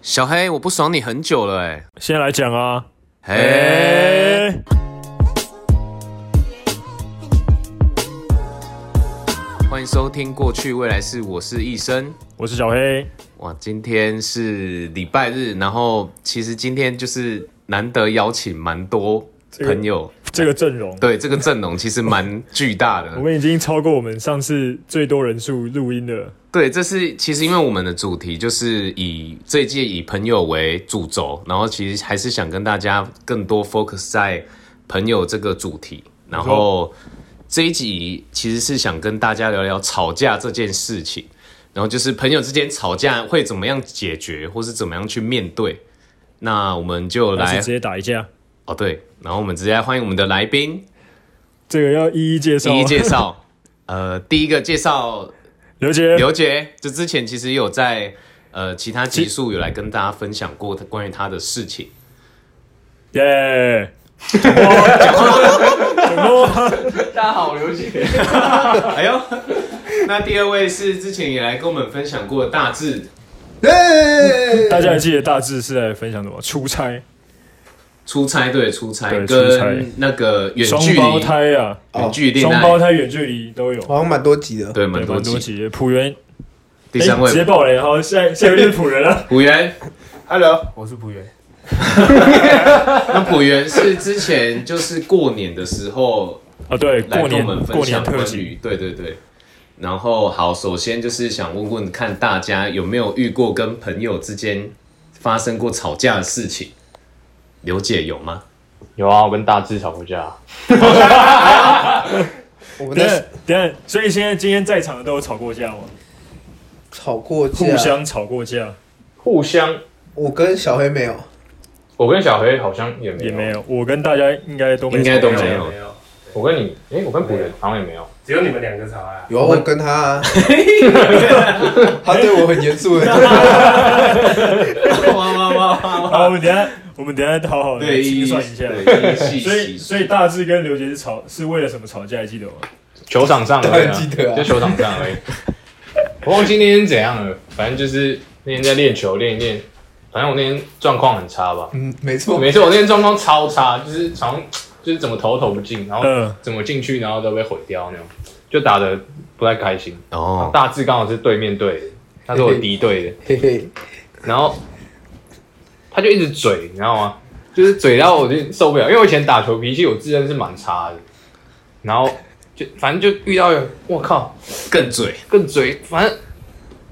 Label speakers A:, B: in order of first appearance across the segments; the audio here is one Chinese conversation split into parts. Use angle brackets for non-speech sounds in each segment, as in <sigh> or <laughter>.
A: 小黑，我不爽你很久了哎、
B: 先来讲啊，
A: 嘿、
B: 哎，
A: 欢迎收听《过去未来式》，我是医生。
B: 我是小黑，
A: 哇，今天是礼拜日，然后其实今天就是难得邀请蛮多
B: 个
A: 朋友，
B: 这个阵容，
A: 对这个阵容其实蛮巨大的
B: 我。们已经超过我们上次最多人数录音的，
A: 对，这是其实因为我们的主题就是以这一届以朋友为主轴，然后其实还是想跟大家更多 focus 在朋友这个主题。然后这一集其实是想跟大家聊聊吵架这件事情，然后就是朋友之间吵架会怎么样解决，或是怎么样去面对。那我们就
B: 还是
A: 来
B: 直接打一架，
A: 哦对，然后我们直接来欢迎我们的来宾，
B: 这个要一一介绍啊。
A: 第一介绍，呃，第一个介绍
B: 刘 <laughs> 杰，
A: 刘杰，就之前其实有在呃其他集数有来跟大家分享过他关于他的事情。
B: 耶，
A: 大家好，刘杰。 <laughs> 哎呦，那第二位是之前也来跟我们分享过的大志，
B: <laughs> 大家还记得大致是在分享什么？出差，
A: 出差对出差
B: 对出差
A: 跟那个远
B: 双
A: 距
B: 胞
A: 离
B: 胎啊，
A: 远距离
B: 双
A: 恋
B: 胞
A: 爱，
B: 胎远距离都有，
C: 好像蛮多集的。
A: 对
B: 对，
A: 蛮多
B: 蛮多
A: 集。
B: 集的。浦原，哎
A: 第三
B: 诶直接
A: 位
B: 爆雷，好，
A: <laughs>
B: 下下一位就是浦原了。
A: 浦原，
C: Hello，
D: 我是浦原，
A: 那浦原是之前就是过年的时候
B: 啊，对，
A: 来跟
B: 过
A: 我
B: 年
A: 们
B: 过
A: 分
B: 年
A: 享
B: 特
A: 关
B: 辑，
A: 于对对对。然后好，首先就是想问问看大家有没有遇过跟朋友之间发生过吵架的事情？刘姐有
B: <laughs>
A: 吗？
D: 有啊，我跟大志吵过架，
C: 我们
B: 等一下
C: 在
B: 等一下，所以现在今天在场的都有吵过架吗？
C: 吵过架，
B: 互相吵过架
D: 互相，
C: 我跟小黑没有，
D: 我跟小黑好像也没有，
B: 也没，有，我跟大家应该都没
A: 应该都
B: 吵过
A: 没
B: 架
A: 有。
D: 我跟你，哎、我跟浦原好像也没有，
E: 只有你们两个吵啊！
C: 有啊我跟他啊，他对我很严肃的。
A: 哇哇哇哇哇！
B: 哦好，我们等一下，我们等一下好好的
A: 对，
B: 清算一下。
A: 对，细
B: 所以，所以大志跟刘杰是吵，是为了什么吵架？还记得吗？
D: 球场上而已、
C: 当然记得啊
D: 就球场上
C: <laughs>
D: 而已。我忘记那天是怎样了，反正就是那天在练球，练一练，反正我那天状况很差吧。
C: 嗯，没错，
D: 没错，我那天状况超差，就是常就是怎么投投不进，然后
B: 嗯
D: 怎么进去，然后都被毁掉那种，就打的不太开心。
A: 哦，
D: 大志刚好是对面队的，他
C: 哎
D: 是我敌对的。
C: 嘿嘿，
D: 然后他就一直嘴，你知道吗？就是嘴到我就受不了，因为我以前打球脾气我自认是蛮差的，然后就反正就遇到有我靠
A: 更嘴，
D: 更嘴，反正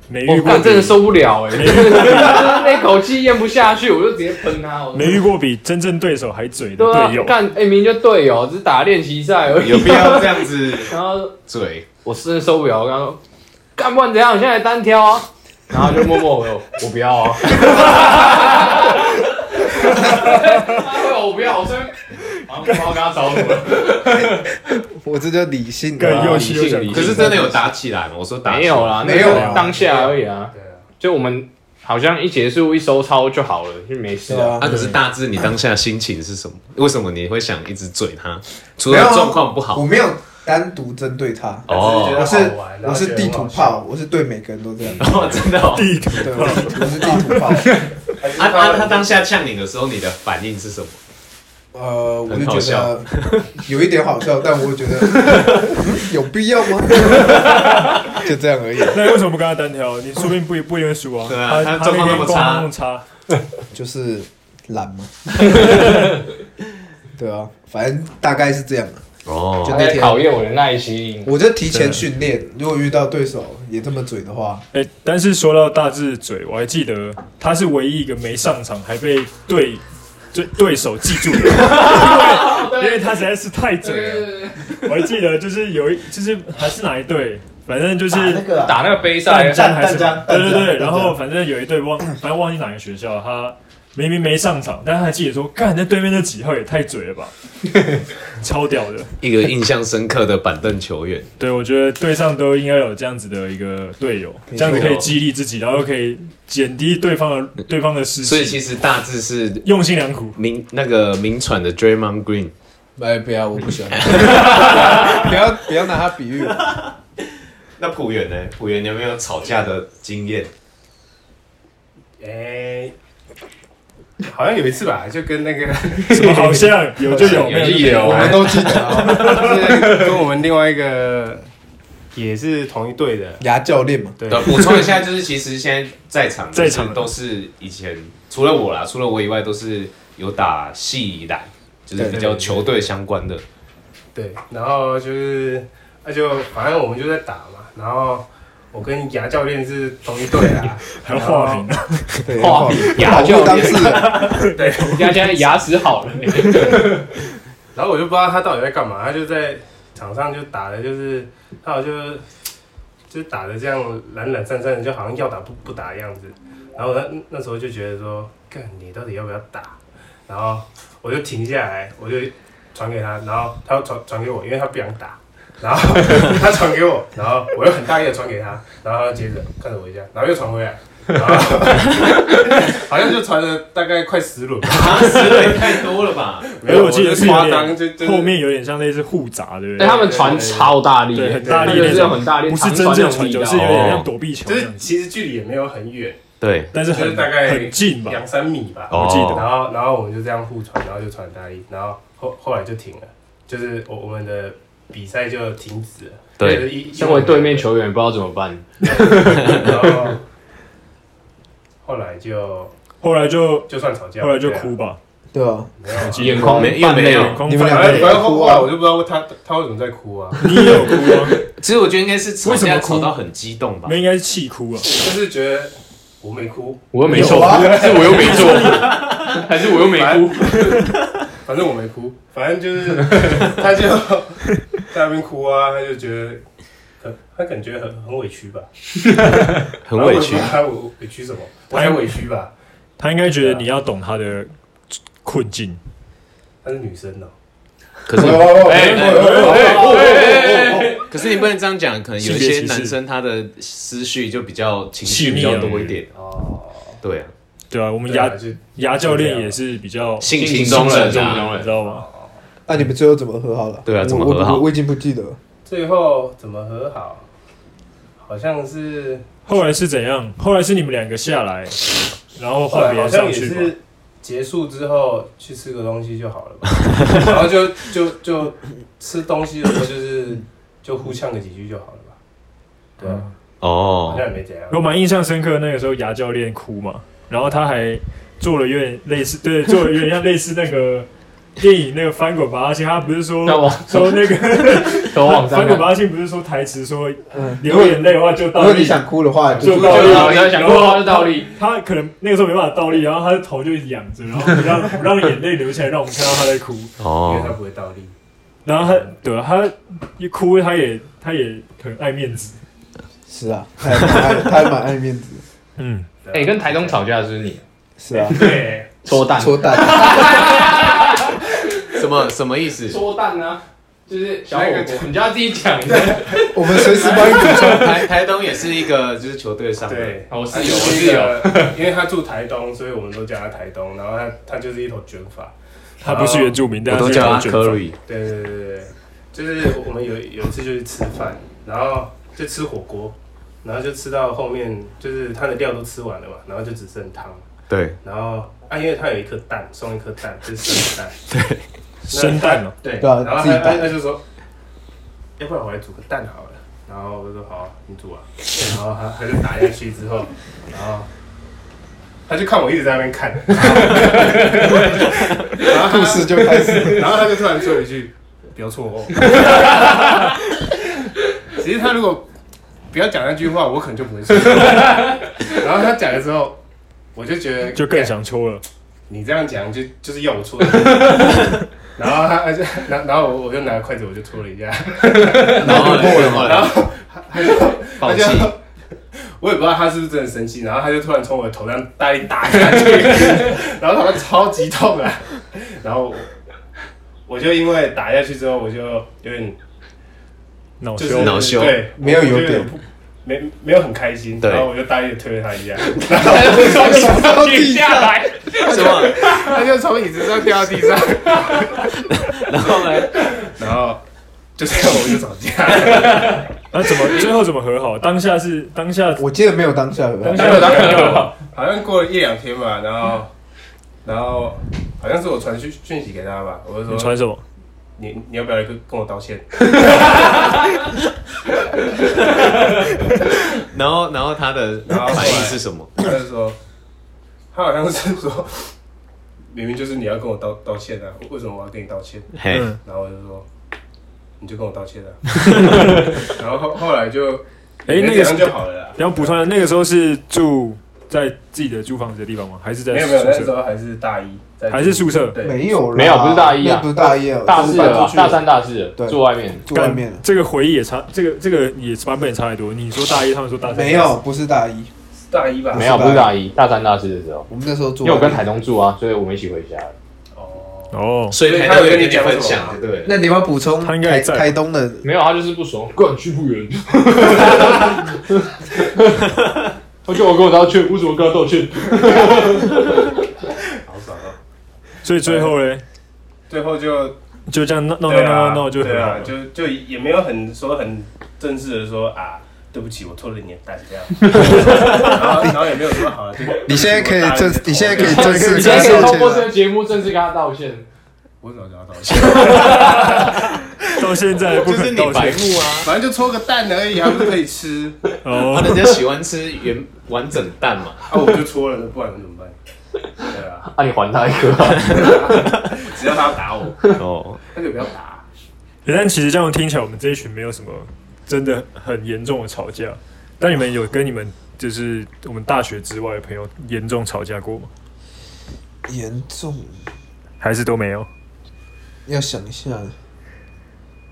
B: 没遇
D: 我
B: 过
A: 哦
D: 干
B: 比，
D: 真的受不了哎、欸，就是那口气咽不下去，我就直接喷他。我
B: 没遇过比真正对手还嘴的
D: 对啊
B: 队友，。
D: 干哎、明明就队友，只是打练习赛而已。
A: 有必要这样子
D: <laughs> 然后
A: 嘴？
D: 我真的受不了，我刚刚说干不然怎样？现在单挑啊，然后就默默回我，我不要啊。他 <laughs> 回我我不要，我真好像不知道跟他吵什么。
C: 我这叫理性的
B: 更
C: 啊。
B: 又气又
D: 理性
B: 想
D: 理
B: 哭
A: 可
D: 性
A: 是真的有打起来吗？我说打
D: <laughs> 没有啦，
C: 没有啊
D: 那个当下而已啊。
E: 对啊，
D: 就我们好像一结束一收操就好了，就没事
C: 对啊
D: 啊。
A: 啊！可是大志，你当下心情是什么？为什么你会想一直嘴他？除
C: 没有
A: 了
C: 啊
A: 状况不
C: 我
A: 好，
C: 没有单独针对他，
A: 哦
C: 我
E: 我
C: 是
E: 是
C: 我是地图炮，我是对每个人都这样。
A: <laughs> 哦，真的哦。
B: 地图
C: 对，我是我是地图炮。
A: 啊啊！他当下呛你的时候，你的反应是什么？
C: 呃，我
A: 很好
C: 就觉得 <laughs> 有一点好笑，但我觉得嗯有必要吗？就这样而已。
B: 那为什么不跟他单挑？你说不定不不一定会输啊。
A: 对啊
B: 他
A: 他状况
B: 那
A: 那么
B: 天
A: 差
B: 状况差，
C: 就是懒嘛。 <laughs> 对啊，反正大概是这样啊。
A: 哦
C: 就
D: 他
C: 那
D: 在
C: 天
D: 考验我的耐心。
C: 我就提前训练，如果遇到对手也这么嘴的话，
B: 哎，但是说到大志嘴，我还记得他是唯一一个没上场还被对对对手记住的
A: <laughs>
B: 人，
D: 啊
B: 因为因为他实在是太嘴了。我还记得，就是有一，就是还是哪一队，反正就是
C: 个
D: 打那个啊杯赛
B: 蛋，
C: 战
B: 蛋还是
C: 蛋浆
B: 对对
C: 蛋
B: 对，
C: 浆
B: 然后反正有一队忘，反正忘记哪个学校，他明明没上场，但他还记得说，干那对面那几号也太嘴了吧，超屌的。
A: 一个印象深刻的板凳球员，
B: 对，我觉得队上都应该有这样子的一个队友，
C: 没错
B: 这样子可以激励自己，然后可以减低对方的对方的士
A: 所以其
B: 气，
A: 实大致是
B: 用心良苦。
A: 名那个名传的 Draymond Green。
C: 哎，不要，我不喜欢。 <laughs> 不要不要拿他比
D: <laughs>
C: 喻我，
A: 那浦原呢？浦原有没有吵架的经验？
E: 哎、好像有一次吧，就跟那个
B: 什么好像有就有，
D: 有
B: 没有
D: 就
B: 就
D: 有
C: 我们都记得啊，
E: 就是跟我们另外一个也是同一队的，
C: 牙教练嘛，
E: 对，
A: 对，补充一下，就是其实现在在场的
B: 在场的
A: 都是以前除了我啦，除了我以外都是有打系篮，就是比较球队相关的。
E: 对，然后就是那、就反正我们就在打嘛，然后我跟牙教练是同一队啊，
B: 还有画饼，
C: 对，
D: 哇
C: 好
D: 牙
C: 保
D: 教
C: 护当啊
D: 练
C: 事人，
D: 人家现在牙齿好了没？
E: 然后我就不知道他到底在干嘛，他就在场上就打的，就是他好像就是就打的这样懒懒散散的，就好像要打不不打的样子。然后我那那时候就觉得说，干你到底要不要打？然后我就停下来，我就传给他，然后他又传传给我，因为他不想打。然后他传给我，然后我又很大力的传给他，然后他接着看着我一下，然后又传回来，然后好像就传了大概快十轮吧，
A: <laughs> 啊，十垒太多了吧？
E: 没有，
B: 我记得是
E: 就
B: 有
E: 夸张，就
B: 点
E: 就
B: 后
E: 是
B: 面有点像类似互砸，对不
D: 但
B: 对？
D: 他们传超大力
B: 对
D: 的，
B: 很大力
D: 他们就是
B: 那种
D: 很大力，
B: 不是
D: 长
B: 真
D: 传那
B: 正
D: 种
B: 传哦
D: 力
B: 球，
D: 道
B: 是有点像躲避球
E: 就
B: 这
E: 是
B: 样子，
E: 其实距离也没有很远，
A: 对，
B: 但是
E: 就
B: 很
E: 是大概
B: 很近吧。
E: 两三米吧。
D: 哦
B: 我记得
E: 然后然后我们就这样互传，然后就传大力，然后后后来就停了，就是我我们的比赛就停止了。
A: 对
E: 就是一
D: 身为对面，球员，不知道怎么办。
E: 然后后来就
B: 后来就
E: 就算吵架，
B: 后来就
E: 对啊
B: 哭，吧，
C: 对啊，
E: 没有啊。
D: 眼眶
A: 没又
D: 泛
A: 没
D: 泪
A: 有，
B: 眼眶
C: 你们
B: 泛
C: 两
E: 反
C: 个
B: 泪
E: 正
C: 人
E: 反正后来我就不知道他他为什么在哭啊，
B: 你也有哭 <laughs> 吗？
A: 其实我觉得应该是吵
B: 为什么
A: 架
B: 哭
A: 吵到很激动吧
B: 没。应该是气哭啊。
E: 就是觉得我没哭，
D: 我又没受
C: 有啊
D: 伤，还 <laughs> 是我又没做，还是我又没哭？
E: <laughs> 反正我没哭，反正就是
D: <laughs>
E: 他就在那边哭啊，他就觉得很他感觉很很委屈吧，
A: 很委屈
E: 然后他委委屈什么？我才委屈吧，
B: 他应该觉得你要懂他的困境，
E: 她是女生呢、
A: 可是
D: 哎哎
A: 哦
D: 哎
A: 可是你不能这样讲，可能有一
B: 性别
A: 些
B: 歧视
A: 男生他的思绪就比较情绪
B: 细
A: 比
B: 腻
A: 较
B: 啊
A: 多一点。
E: 哦，
A: 对啊，
B: 对啊，我们
E: 对啊
B: 牙
E: 就
B: 牙教练也是比较，
A: 性情
D: 情
A: 中
D: 人，
A: 人
D: 性情
A: 啊，
D: 中
B: 你
D: 人
B: 知。道吗？
C: 那你们最后怎么和好了？
A: 对啊
C: 我
A: 怎么和好
C: 我我我已经不记得了，
E: 最后怎么和好？好像是
B: 后来是怎样？后来是你们两个下来，然后
E: 后
B: 换
E: 来
B: 别
E: 好
B: 人
E: 像
B: 上
E: 也
B: 去吧。
E: 是结束之后去吃个东西就好
A: <laughs>
E: 了吧，然后就就就吃东西的时候就是就互呛个几句就好了吧，对啊，好
A: 哦
E: 像也没怎样。
B: 我蛮印象深刻，那个时候牙教练哭嘛，然后他还做了有点类似， <laughs> 对，做了有点像类似那个电影那个翻滚吧阿信，他不是说
D: 在网
B: 说那个
D: 从网啊上
B: 翻
D: 看
B: 滚吧，阿信不是说台词说
C: 嗯，如
B: 流
C: 果
B: 眼泪的话就
C: 如
B: 到
C: 果你
B: 立，
C: 想哭的话，就
B: 哦就
C: 就
B: 到
D: 就
B: 立，
D: 好像想哭的话就倒立。
B: 他可能那个时候没办法倒立，然后他的头就一直仰着，然后不让不让眼泪流下来，让我们看到他在哭。
E: 因为他
A: 哦，
E: 不会倒立，
B: 然后他对啊他一哭，他也他也很爱面子，
C: 是啊，他还蛮爱，他还蛮爱面子，
B: 嗯，
E: 对啊
D: 哎，跟台东吵架的是不是你
C: 是啊，
E: 对，
D: 搓蛋？
C: 搓蛋，
A: 什么什么意思？
D: 搓蛋啊，就是小
E: 火
D: 火
E: 锅
D: 锅，你就要自己 <laughs> 讲。
C: 我们随时帮你补充。
A: 台台东也是一个就是球队上的，
E: 对，
D: 我
E: 他
D: 室
E: 就
D: 友，我
E: 是
D: 室
E: 一
D: 友，
E: 个，因为他住台东，所以我们都叫他台东。然后他他就是一头卷发，
B: 他不是原住民，但
A: 我
B: 他
A: 都
B: 是
A: 叫他
B: 卷发
A: Curry。
E: 对对对对对，就是我们有有一次就去吃饭，然后就吃火锅，然后就吃到后面就是他的料都吃完了嘛，然后就只剩汤，
A: 对，
E: 然后啊，因为他有一颗蛋，送一颗蛋，就是
B: <laughs>
E: 生蛋，
B: 生蛋哦嘛，
E: 对，
C: 对啊
E: 然后
C: 自
E: 他
C: 己
E: 他
C: 打
E: 他就说，要不然我来煮个蛋好了。然后我就说好啊、你煮啊。然后他他就打下去之后，然后他就看我一直在那边看， <laughs> 然后
C: 故事就开始了。
E: 然后他就突然说一句：“不要错哦。” <laughs> 其实他如果不要讲那句话，我可能就不会说。 <laughs> 然后他讲了之后，我就觉得
B: 就更想抽了。
E: 你这样讲就就是要我搓，然后他他就然然后我我就拿筷子我就搓了一下，
A: 然后呢然后呢
E: 然后他他就
A: 暴
E: 他
A: 气
E: 就我也不知道他是不是真的生气，然后他就突然从我的头上大力打下去，然后他超级痛啊，然后我我就因为打下去之后我就有点
B: 恼
E: 就
B: 羞，
E: 是
A: 恼羞
E: 对，
C: 没有有
E: 我就
C: 点
E: 不没没有很开心，
A: 对
E: 然后我就大力的推了他一下，
D: 手
C: 到
D: 举
C: 地
D: 下来，
A: 什么？
E: <laughs> 他就从椅子上掉到地 <laughs> 上，
A: 然后呢？
E: 然后就这样我们就吵架。
B: 那啊怎么最后怎么和好？当下是当下
C: <laughs> 我记得没有当下吧
B: 当？
E: 当然
B: 下
E: 当然
B: 和好，
E: 好像过了一两天吧，然后，然后好像是我传讯讯息给他吧，我就
B: 你
E: 说
B: 穿什么？
E: 你你要不要来跟跟我道歉？
A: 然后然后他的
E: 然后后来
A: 反应是什么？
E: 他就说，他好像是说，明明就是你要跟我道道歉啊，为什么我要跟你道歉？
A: 嘿，
B: 嗯
E: 然后我就说，你就跟我道歉
B: <laughs>
E: 啊。然后后后来就，
B: 哎
E: 你
B: 那个
E: 这样
B: 是
E: 就好了啦。
B: 然后补充一下，那个时候是住在自己的租房子的地方吗？还是在
E: 没有没有，那
B: 宿
E: 时
B: 舍？
E: 候还是大一，在
B: 还是宿舍
E: 对，
C: 没有啦，
D: 没有不是大一啊
C: 那不是大一啊，
D: 大
C: 就是
D: 四
C: 搬
D: 了
C: 出，去
D: 大三大四
C: 对
D: 了，住外面。
C: 住外面了。
B: 这个回忆也差，这个这个也版本也差太多。你说大一，他们说大三，
C: 没有，不是大一，
E: 大一吧？
D: 没有，不是大一，大三大四的时候，
C: 我们那时候住
D: 因
C: 外面。
D: 为我跟台东住啊，所以我们一起回家。
E: 哦，
B: 哦，
A: 所
E: 以
A: 以
E: 他
A: 他
E: 有
A: 有
E: 跟
A: 跟
E: 你
A: 你
E: 讲
A: 分
E: 什
A: 享
E: 么，
A: 对，
C: 那你要补充
B: 他应该
C: 台
B: 也在
C: 台东的
D: 没有，他就是不爽，管去不远。他 <laughs> 叫我跟我道歉，为什么跟他道歉？
E: 好爽啊！
B: 所以最后嘞，
E: 最后就
B: 就这样闹闹闹
E: 对
B: 闹
E: 啊
B: 闹，闹就
E: 对
B: 和好
E: 啊，
B: 了。
E: 就就也没有很说很正式的说啊。对不起，我偷了你的蛋这样， <laughs> 然后然后也没有说好了。啊对不起
C: 你现在可以正
E: 我大一的，
C: 你现在可以 <laughs> 正式跟
D: 你今
C: 他
D: 天可以
C: 道
D: 通过这
C: 歉
D: 个节目正式跟他道歉。
E: 我早就要道歉，
B: 到现在不
A: 就是
B: 肯
A: 你
B: 道
A: 白 <laughs>
B: 歉。
A: 目啊。
E: <laughs> 反正就搓个蛋而已，还不是可以吃
A: 啊，
B: 哦，
A: 人家喜欢吃原完整蛋嘛，
E: 啊？我就搓了，不然能怎么办？对啊，
D: 啊，你还他一个啊、 <laughs>
E: 只要他打我，
A: 哦，
E: 他就不要打。
B: 但其实这样听起来，我们这一群没有什么真的很严重的吵架。但你们有跟你们就是我们大学之外的朋友严重吵架过吗？
C: 严重，
B: 还是都没有？
C: 要想一下，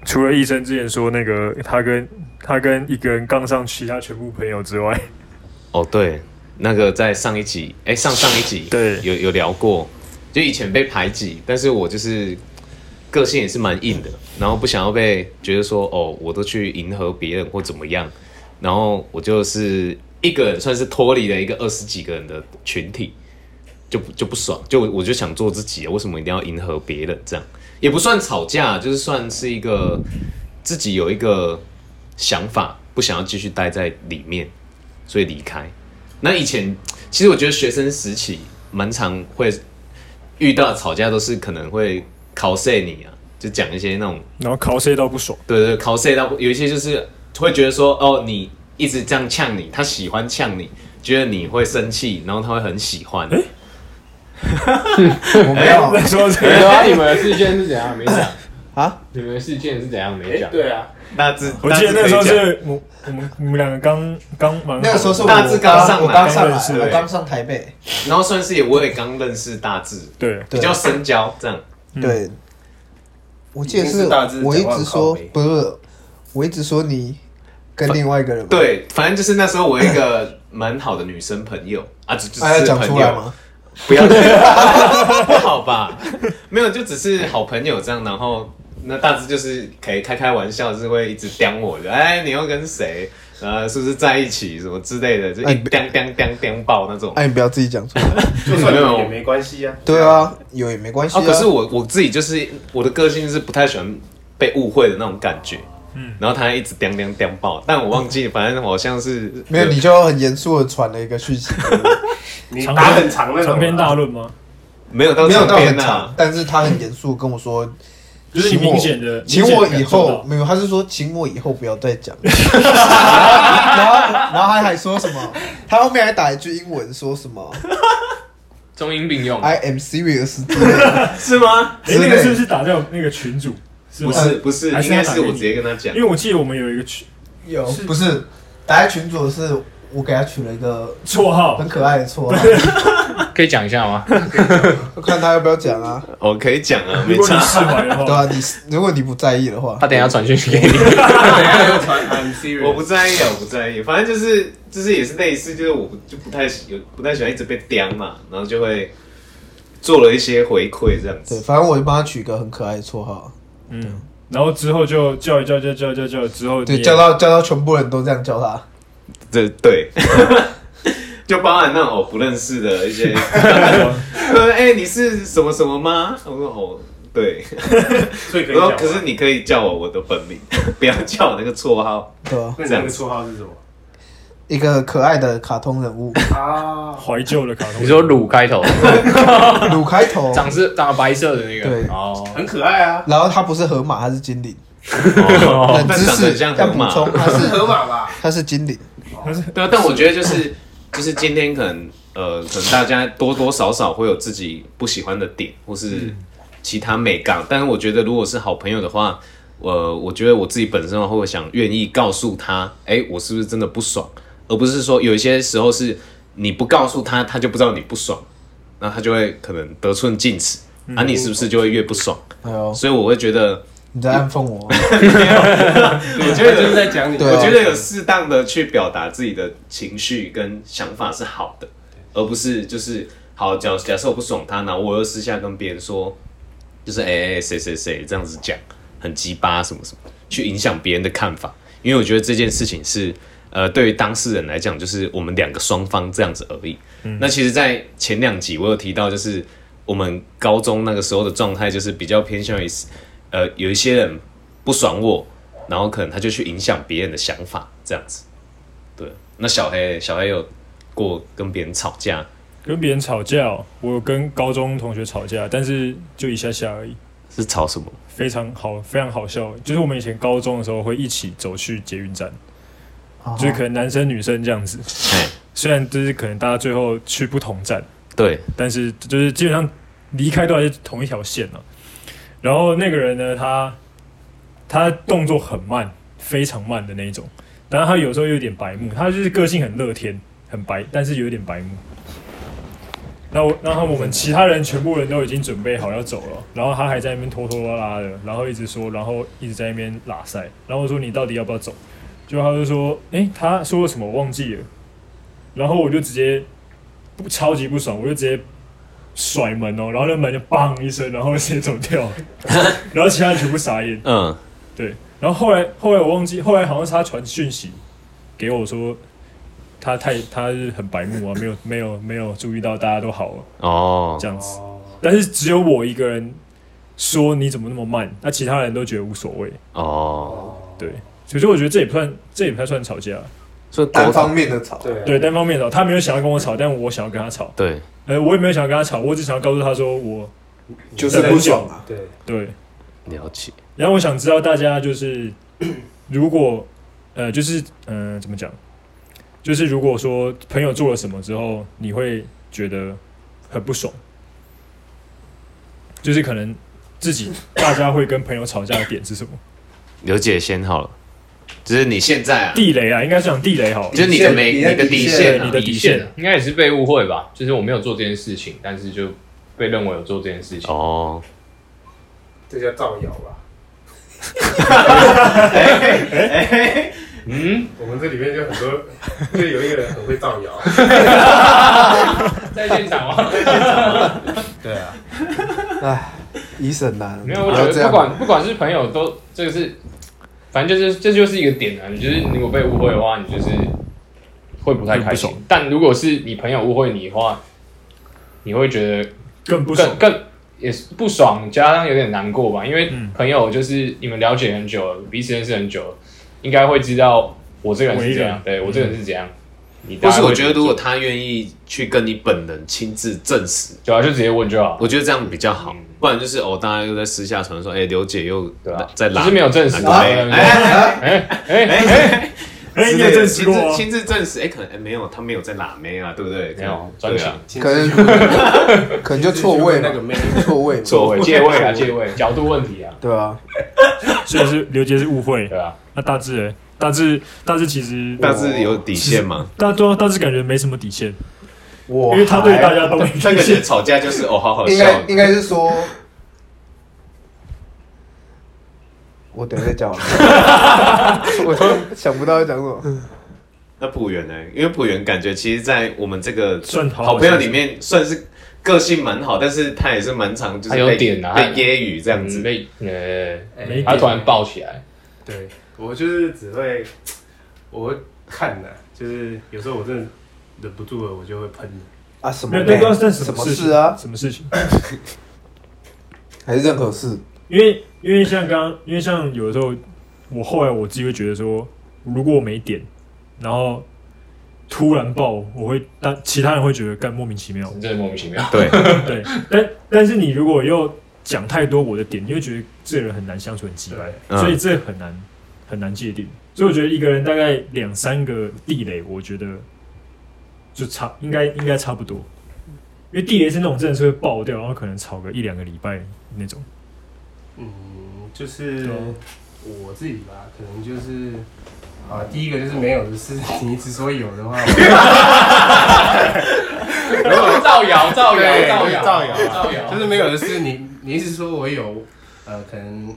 B: 除了医生之前说那个他跟他跟一个人杠上其他全部朋友之外，
A: 哦，对，那个在上一集，哎、上上一集，
B: 对
A: 有有聊过，就以前被排挤，但是我就是个性也是蛮硬的，然后不想要被觉得说，哦，我都去迎合别人或怎么样，然后我就是一个人算是脱离了一个二十几个人的群体，就不就不爽，就我就想做自己，啊为什么一定要迎合别人？这样也不算吵架，就是算是一个自己有一个想法，不想要继续待在里面，所以离开。那以前其实我觉得学生时期蛮常会遇到吵架，都是可能会 cos 你啊，就讲一些那种
B: 然后 cos 到不爽， <laughs>
A: 对对 cos 到有一些就是会觉得说哦，你一直这样呛你，他喜欢呛你，觉得你会生气，然后他会很喜欢。
C: 我没有
B: 再说这
D: 没
B: 个
D: 有啊，你们的事件是怎样没讲？
C: <coughs> 啊，
D: 你们的事件是怎样没讲？
E: 对啊，
A: 那志，
B: 我记得那时候
A: 大致可以讲
B: 是我我们我们两个刚刚蛮
C: 那个时候是我
A: 大志刚上来
C: 我刚上来，
B: 刚认识
C: 我刚上台北，
A: 然后算是也我也刚认识大志，
B: 对
A: 比
C: 对
A: 较深交这样。
B: 嗯
C: 对，我记得
E: 已经是大致
C: 我一
E: 讲话
C: 直说
E: 靠北
C: 不是，我一直说你跟另外一个人嘛，
A: 对，反正就是那时候我有一个蛮好的女生朋友啊，只只
C: 啊，要
A: 是
C: 讲
A: 朋
C: 出来
A: 友，
C: 吗？
A: 不要 <laughs> 不好吧？没有，就只是好朋友这样。然后那大致就是可以开开玩笑，就是会一直刁我的，哎，你又跟谁？呃，是不是在一起什么之类的，就
C: 哎
A: 一
C: 不
A: 刁刁刁刁爆那种。
C: 哎，你不要自己讲出来。
E: 就算有也没关系啊。
C: 对啊，有也没关系
A: 啊，
C: 啊。
A: 可是我我自己就是我的个性是不太喜欢被误会的那种感觉。嗯，然后他一直刁刁刁爆，但我忘记，反正好像是
C: 没有，你就很严肃的传了一个讯
B: <laughs>
C: 息给我，
E: 你打很长那种啊，
B: 长篇
E: <laughs>
B: 大论吗？
A: 没有到
C: 没有到
A: 长篇
C: 很
A: 啊
C: 长，但是他很严肃地跟我说，
B: 就是你
C: 请我
B: 明显的，
C: 请
B: 明显
C: 我
B: 地感
C: 以
B: 受
C: 后
B: 到
C: 没有，他是说请我以后不要再
B: <laughs>
C: 讲。然后，然后，然后他还说什么？他后面还打一句英文，说什么
D: 中英并用。
C: “I am serious” 之类的。
A: 是吗？
B: 哎，那个是不是打在我们那个群主？是
A: 不
B: 吗
A: 是不是，
B: 还是
A: 应
B: 他
A: 该
B: 打
A: 是
B: 给
A: 我直
B: 你
A: 接跟他讲
B: 因为。我记得我们有一个群
C: 有不是打在群主的是我给他取了一个
B: 绰
C: <laughs>
B: 号
C: 很，可爱的绰号，
B: <laughs>
D: 可以讲一下吗？
C: 看他要不要讲啊？
A: 我可以讲啊，
B: 如
A: 没
B: 果你
A: 差。
B: 释怀的
C: 对
B: 话，
C: 啊，你如果你不在意的话
D: 他，等一下传讯息给你。
E: 等一下又啊传 I'm serious，
A: 我不在意啊，我不在意，反正就是就是也是类似，就是我就不太喜有不太喜欢一直被刁嘛，然后就会做了一些回馈这样
C: 对，
A: 子。
C: 反正我就帮他取一个很可爱的绰号。
B: 嗯，然后之后就叫一叫叫叫叫叫，之后
C: 对，
B: 你
C: 叫到叫到全部人都这样叫他。
A: 这对， <laughs> 就包含那种我 <laughs> 不认识的一些，他说哎、你是什么什么吗？我说哦，对，
E: 所以可以
A: 然后
E: 讲。
A: 可是，你可以叫我我的本名，不要叫我那个绰号。
C: 对啊，
E: 那你那个绰号是什么？
C: 一个可爱的卡通
A: <laughs>
C: 人物，
E: 啊，
B: 怀旧的卡通。
D: <laughs> 你说乳开头，
C: 鲁开头，
D: <laughs> 长是长白色的那个，
C: 对
D: 哦，
E: 很可爱啊，
C: 然后它不是河马，它是精灵。
D: 哦
A: <laughs>
C: 冷
A: 但
C: 知
A: 长得
C: 识
A: 像
C: 要
A: 河
C: 补
A: 马
C: 充，它
E: 是
C: 是
E: 河
A: <laughs>
E: 马吧？
C: 它是精灵，
A: 对啊，但我觉得就是 <clears throat> 就是今天可能呃，可能大家多多少少会有自己不喜欢的点，或是其他美感。但是我觉得如果是好朋友的话，呃，我觉得我自己本身的话会想愿意告诉他，哎、我是不是真的不爽，而不是说有一些时候是你不告诉他，他就不知道你不爽，那他就会可能得寸进尺。啊，你是不是就会越不爽？
C: 哎呦，
A: 所以我会觉得，
C: 你在暗讽我，
E: 我觉得就是在讲
C: <laughs>
E: 你，
C: 对啊
A: 我觉得有适当的去表达自己的情绪跟想法是好的，而不是就是好假假设我不爽他，然后我又私下跟别人说，就是哎哎哎谁谁谁这样子讲，很鸡巴什么什么，去影响别人的看法，因为我觉得这件事情是。呃，对于当事人来讲，就是我们两个双方这样子而已。
C: 嗯
A: 那其实，在前两集我有提到，就是我们高中那个时候的状态，就是比较偏向于，呃，有一些人不爽我，然后可能他就去影响别人的想法，这样子。对，那小黑小黑有过跟别人吵架，
B: 跟别人吵架哦、我有跟高中同学吵架，但是就一下下而已，
A: 是吵什么？
B: 非常好，非常好笑。就是我们以前高中的时候会一起走去捷运站，就是可能男生女生这样子。
A: 哎，
B: 虽然就是可能大家最后去不同站，
A: 对，
B: 但是就是基本上离开都还是同一条线啊。然后那个人呢，他他动作很慢，非常慢的那一种，但是他有时候有点白目，他就是个性很乐天，很白，但是有点白目。那我，然后我们其他人全部人都已经准备好要走了，然后他还在那边拖拖拉拉的，然后一直说，然后一直在那边拉塞，然后我说你到底要不要走？就他就说，诶、他说了什么我忘记了，然后我就直接不超级不爽，我就直接甩门哦，然后那门就砰一声，然后直接走掉 <laughs> 了，然后其他人全部傻眼。
A: 嗯，
B: 对，然后后来后来我忘记，后来好像是他传讯息给我说，他太他是很白目啊，没有没有没有注意到大家都好了
A: 哦
B: 这，样子，但是只有我一个人说你怎么那么慢，那其他人都觉得无所谓，
A: 哦，
B: 对，所以说我觉得这也不算这也不太算吵架，
A: 所以沟
C: <laughs> 单
A: 通
C: 方面的吵，
E: 对啊
B: 对，单方面吵，他没有想要跟我吵，但我想要跟他吵，
A: 对，
B: 呃，我也没有想要跟他吵，我只想要告诉他说我
C: 就是不爽啊，
E: 对，
B: 对，
A: 了解，
B: 然后我想知道大家就是 <clears throat> 如果呃就是嗯、呃怎么讲，就是如果说朋友做了什么之后，你会觉得很不爽，就是可能自己大家会跟朋友吵架的点是
C: <laughs>
B: 什么？
A: 刘姐先好了，就是你现在啊，
B: 地雷啊，应该是讲地雷好了
A: 就是你的没
C: 你的
A: 的
C: 底
A: 底
C: 线
A: 线
B: 对
A: 啊，
B: 你的底线
D: 应该也是被误会吧？就是我没有做这件事情，但是就被认为有做这件事情。
A: 哦，
E: 这叫造
C: <laughs>
E: 谣吧？
C: 哎
D: 嗯，
E: 我们这里面就很多，就有一个人很会造谣。
D: 在现场吗？
E: 对啊，
C: 唉，医生呐，
D: 没有，我
C: 不
D: 觉
C: 要这
D: 得不
C: 样
D: 管不管是朋友都这个是，反正就是这就是一个点啊。你就是如果被误会的话，你就是会不太开心
B: 会不。
D: 但如果是你朋友误会你的话，你会觉得
B: 更不爽
D: 更。更也是不爽，加上有点难过吧，因为
B: 嗯
D: 朋友就是你们了解很久了，彼此认识很久了，应该会知道我这个人是怎样，对我这个人是怎样。你大
A: 嗯不
D: 概
A: 是，
D: 会
A: 我觉得
D: 怎
A: 如
D: 么
A: 果
D: 做
A: 他愿意去跟你本人亲自证实，
D: 对啊，就直接问就好，
A: 我觉得这样比较好
D: 嗯，
A: 不然就是哦，大家又在私下传说，哎，刘姐又
D: 对啊，
A: 在
D: 只
A: 拉，
D: 是没有证实。
A: 啊
D: 对
A: 对
D: 哎哎哎哎，
B: 哎，你也证实过啊
A: 亲自亲自证实，哎、可能哎、没有，他没有在哪妹啊，对不对？
D: 没有
A: 对
D: 专
A: 啊
D: 情，
C: 可能 <laughs> 可能就错位
A: <laughs>
E: 那个
C: 嘛，
E: 妹，
C: 错位嘛，
A: 错位
D: 借位啊借位，角度问题啊，
C: 对啊，
B: 所以是刘杰是误会
D: 对，啊，
B: 那大志欸大志大志其实
A: 但是有底线吗？
B: 大多大志感觉没什么底线，
C: 我
B: 因为他对
C: 还
B: 大家都没
A: 这
B: 底
A: 个
B: 线
A: 人。吵架就是哦，好好
C: 应
A: 笑，
C: 该应该是说，我等一下再讲好了， <laughs> 我都想不到要讲什么，
A: 那浦原呢？因为浦原感觉其实，在我们这个
B: 算好
A: 好朋友里面，算是个性蛮好，但是他也是蛮常就是
D: 他有
A: 被
D: 点啊
A: 被
D: 他
A: 揶揄这
D: 这
A: 样子。
D: 被嗯呃，
B: 没
D: 他突然抱起来，
E: 对我就是只会，我会看的、就是有时候我真的忍不住了，我就会喷。
C: 啊什
B: 没
C: 么啊
B: 有，
C: 妹
B: 那都是
C: 什
B: 么
C: 么事啊？
B: 什么事情？
C: 还是任何事，
B: 因为因为像刚因为像有的时候，我后来我自己会觉得说，如果我没点，然后突然爆，我会但其他人会觉得干莫名其
D: <laughs>
B: 妙，
D: 哦真的莫名其妙。
A: 对，
B: 对。但但是你如果又讲太多我的点，你会觉得这个人很难相处，很奇怪，
A: 嗯
B: 所以这很难很难界定。所以我觉得一个人大概两三个地雷，我觉得就差应该应该差不多，因为地雷是那种真的是会爆掉，然后可能吵个一两个礼拜那种。
E: 嗯，就是
B: 对啊
E: 我自己吧，可能就是啊，第一个就是没有的事，你之所以有的话，
D: 造谣，造谣，
E: 对
D: 造谣，
E: 造谣
D: 造谣，
E: 就是没有的事，你你一直说我有，呃，可能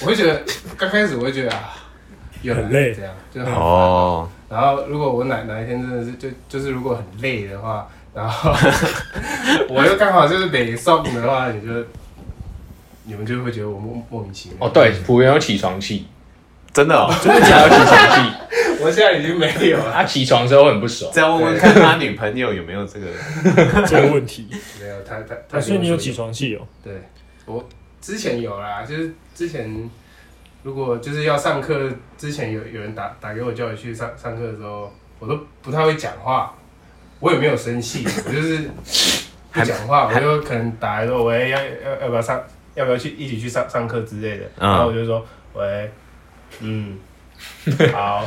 E: 我会觉得刚开始我会觉得啊，有
B: 很累
E: 这样就很
A: 哦，
E: 然后如果我哪哪一天真的是就就是如果很累的话，然后 <laughs> 我又刚好就是得送的话，你就你们就会觉得我莫莫名其妙。
D: 哦，对，浦原有起床气，
A: 真的哦，
D: 真的假的？起床气， <laughs>
E: 我现在已经没有了，
D: 他起床之后很不爽。
A: 再问问看他女朋友有没有这个，
B: 这个问题。
E: 没有他他
B: 啊、
E: 他
B: 所以你有起
E: 几？
B: 床气哦？
E: 对，我之前有啦，就是之前如果就是要上课之前有有人打打给我叫我去上上课的时候，我都不太会讲话，我也没有生气，我就是不讲话，我就可能打来说喂要要要不要上要不要去一起去上上课之类的，
D: 啊
A: 嗯
E: 然后我就说喂，
D: <laughs>
E: 嗯，好，